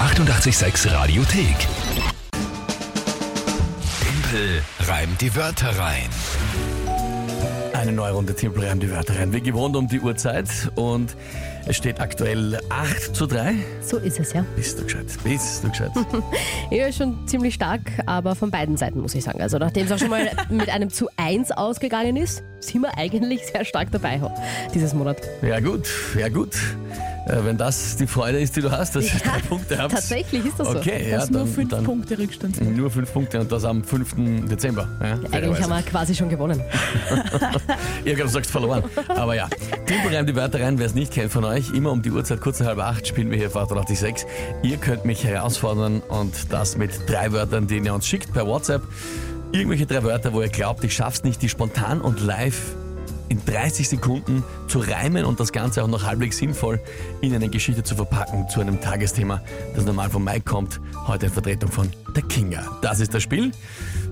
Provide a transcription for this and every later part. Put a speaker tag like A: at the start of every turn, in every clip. A: 886 Radiothek. Tempel reimt die Wörter rein.
B: Eine neue Runde Tempel reimt die Wörter rein. Wir gehen rund um die Uhrzeit und es steht aktuell 8 zu 3.
C: So ist es ja.
B: Bist du gescheit? Bist du gescheit?
C: Ja, schon ziemlich stark, aber von beiden Seiten muss ich sagen. Also nachdem es auch schon mal mit einem zu 1 ausgegangen ist, sind wir eigentlich sehr stark dabei ho- dieses Monat.
B: ja gut, ja gut. Äh, wenn das die Freude ist, die du hast, dass ich
C: Ja,
B: drei Punkte habe.
C: Tatsächlich ist das so.
B: Okay, ja,
D: Das nur
B: dann,
D: fünf
B: dann
D: Punkte Rückstand.
B: nur fünf Punkte und das am 5. Dezember. Ja,
C: Eigentlich haben wir quasi schon gewonnen.
B: Ihr habt gesagt verloren. Aber ja, Timpel reimt die Wörter rein. Wer es nicht kennt von euch, immer um die Uhrzeit, kurz nach halb acht, spielen wir hier auf 886. Ihr könnt mich herausfordern und das mit drei Wörtern, die ihr uns schickt per WhatsApp. Irgendwelche drei Wörter, wo ihr glaubt, ich schaff's nicht, die spontan und live in 30 Sekunden zu reimen und das Ganze auch noch halbwegs sinnvoll in eine Geschichte zu verpacken zu einem Tagesthema, das normal von Mike kommt, heute in Vertretung von der Kinga. Das ist das Spiel.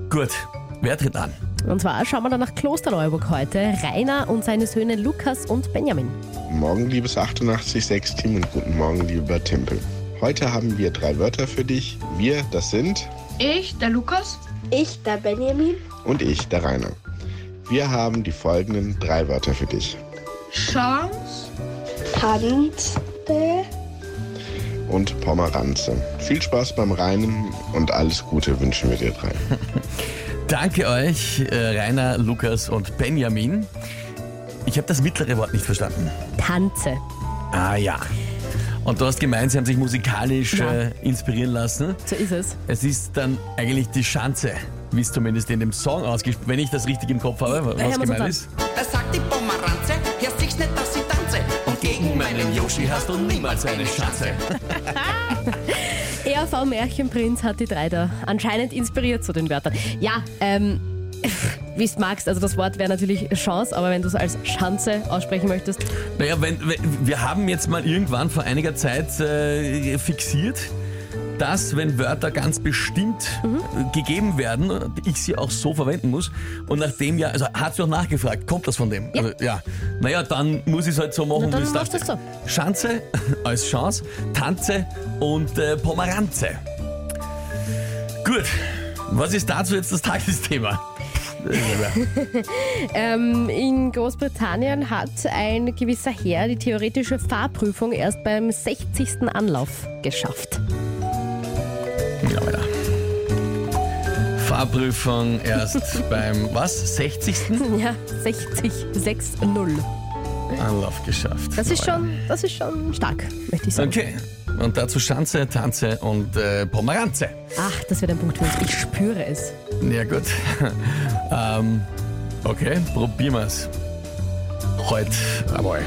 B: Gut, wer tritt an?
C: Und zwar schauen wir dann nach Klosterneuburg heute. Rainer und seine Söhne Lukas und Benjamin.
E: Morgen, liebes 886-Team und guten Morgen, lieber Tempel. Heute haben wir drei Wörter für dich. Wir, das sind
F: Ich, der Lukas.
G: Ich, der Benjamin,
E: und ich, der Rainer. Wir haben die folgenden drei Wörter für dich.
F: Chance.
G: tanzte
E: Und Pomeranze. Viel Spaß beim Reinen und alles Gute wünschen wir dir drei.
B: Danke euch, äh, Rainer, Lukas und Benjamin. Ich habe das mittlere Wort nicht verstanden.
C: Tanze.
B: Ah ja. Und du hast gemeint, sie haben sich musikalisch
C: Ja.
B: äh, inspirieren lassen.
C: So ist es.
B: Es ist dann eigentlich die Schanze, wie es zumindest in dem Song ausgesprochen wenn ich das richtig im Kopf habe,
C: hören
B: was
C: wir's
B: gemeint
C: uns
B: ist.
H: Da sagt die Pomeranze, hörst dich nicht, dass ich tanze. Und gegen meinen Yoshi hast du niemals eine Chance.
C: ERV Märchenprinz hat die drei da anscheinend inspiriert zu den Wörtern. Ja, ähm, wie es magst, also das Wort wäre natürlich Chance, aber wenn du es als Schanze aussprechen möchtest,
B: Naja, wenn, wenn, wir haben jetzt mal irgendwann vor einiger Zeit äh, fixiert, dass wenn Wörter ganz bestimmt
C: Mhm.
B: äh, gegeben werden, ich sie auch so verwenden muss. Und nachdem ja, also hat sie auch nachgefragt, kommt das von dem?
C: Ja.
B: Also, ja. Naja, dann muss ich es halt so machen,
C: Na, dann
B: wie es da
C: machst du's
B: steht. Schanze als Chance, Tanze und äh, Pomeranze. Gut, was ist dazu jetzt das Tagesthema?
C: Ähm, in Großbritannien hat ein gewisser Herr die theoretische Fahrprüfung erst beim 60. Anlauf geschafft.
B: Ja, weiter. Fahrprüfung erst beim, was, 60.
C: Ja, 60, 6, 0.
B: Anlauf geschafft.
C: Das ist schon, das ist schon stark, möchte ich sagen.
B: Okay. Und dazu Schanze, Tanze und äh, Pomeranze.
C: Ach, das wird ein Punkt für uns. Ich spüre es.
B: Ja, gut. ähm, okay, probieren wir's. Heute einmal.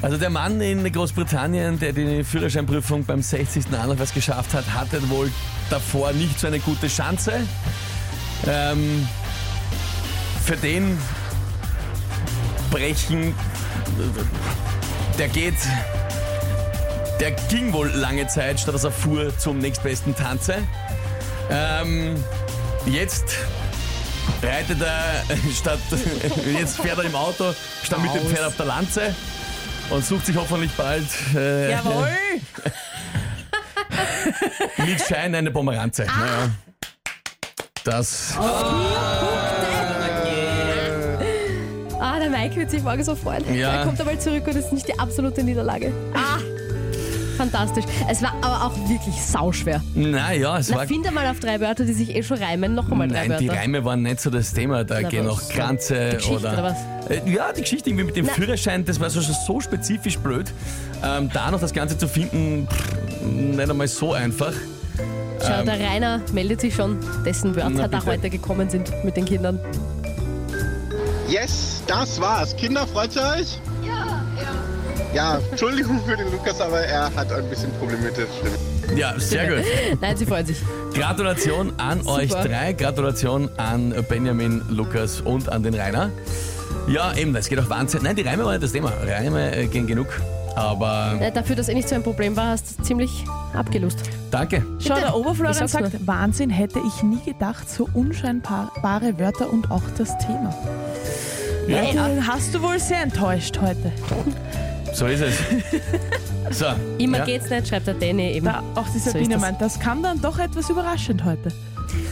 B: Also der Mann in Großbritannien, der die Führerscheinprüfung beim 60. Anlauf erst geschafft hat, hatte wohl davor nicht so eine gute Chance. Ähm, für den brechen, der geht der ging wohl lange Zeit, statt dass er fuhr zum nächstbesten Tanze. Ähm, jetzt reitet er statt, jetzt fährt er im Auto, statt mit dem Pferd auf der Lanze und sucht sich hoffentlich bald äh,
D: Jawohl!
B: mit Schein eine Pomeranze. Naja, das
C: Ah, der Mike wird sich morgen so freuen.
B: Ja.
C: Er kommt einmal zurück und ist nicht die absolute Niederlage. Ah, fantastisch. Es war aber auch wirklich sauschwer.
B: naja, es
C: Na,
B: war
C: finde mal auf drei Wörter, die sich eh schon reimen. Noch einmal drei
B: Nein,
C: Wörter.
B: die Reime waren nicht so das Thema. Da
C: Na,
B: gehen
C: was?
B: noch Kranze
C: Die Geschichte
B: oder.
C: oder
B: Äh, Ja, die Geschichte irgendwie mit dem
C: Na.
B: Führerschein, das war so, so spezifisch blöd. Ähm, da noch das Ganze zu finden, pff, nicht einmal so einfach.
C: Schau, der Rainer meldet sich schon, dessen
B: Na,
C: Wörter da
B: bitte.
C: heute gekommen sind mit den Kindern.
E: Yes, das war's. Kinder, freut ihr euch? Ja, ja. Ja, Entschuldigung für den Lukas, aber er hat ein bisschen Probleme mit der Stimme.
B: Ja, sehr gut.
C: Nein, sie freuen sich.
B: Gratulation an euch drei. Gratulation an Benjamin, Lukas und an den Rainer. Ja, eben, das geht auch Wahnsinn. Nein, die Reime waren nicht das Thema. Reime äh, gehen genug. Aber
C: Na, Dafür, dass ihr nicht so ein Problem war, hast du ziemlich abgelust.
B: danke.
D: Schau, der
C: Ich
D: Oberflorian
C: sag's
D: sagt, Wahnsinn hätte ich nie gedacht, so unscheinbare Wörter und auch das Thema.
B: Ja.
D: Dann Äh, hast du wohl sehr enttäuscht heute.
B: So ist es. So.
C: Immer
B: ja.
C: geht's nicht, schreibt der Danny eben.
D: Da, auch die
C: So ist
D: Sabine
C: das.
D: meint, das kam dann doch etwas überraschend heute.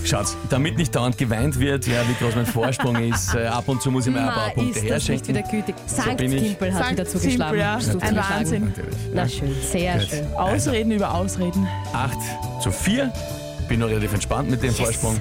B: Schaut's, damit nicht dauernd geweint wird, ja, wie groß mein Vorsprung ist, äh, ab und zu muss ich mir ein paar
C: Ma,
B: Punkte
C: ist das nicht
B: herschenken.
C: wieder gütig. Sankt
B: bin ich.
C: Kimpel hat wieder
D: Sankt
C: zugeschlagen.
D: Simpel, ja. Ein
C: zugeschlagen.
D: Wahnsinn.
B: Natürlich.
C: Na schön, sehr
B: Gut.
C: schön.
D: Ausreden über Ausreden.
B: 8 zu 4. Bin noch relativ entspannt mit dem Vorsprung.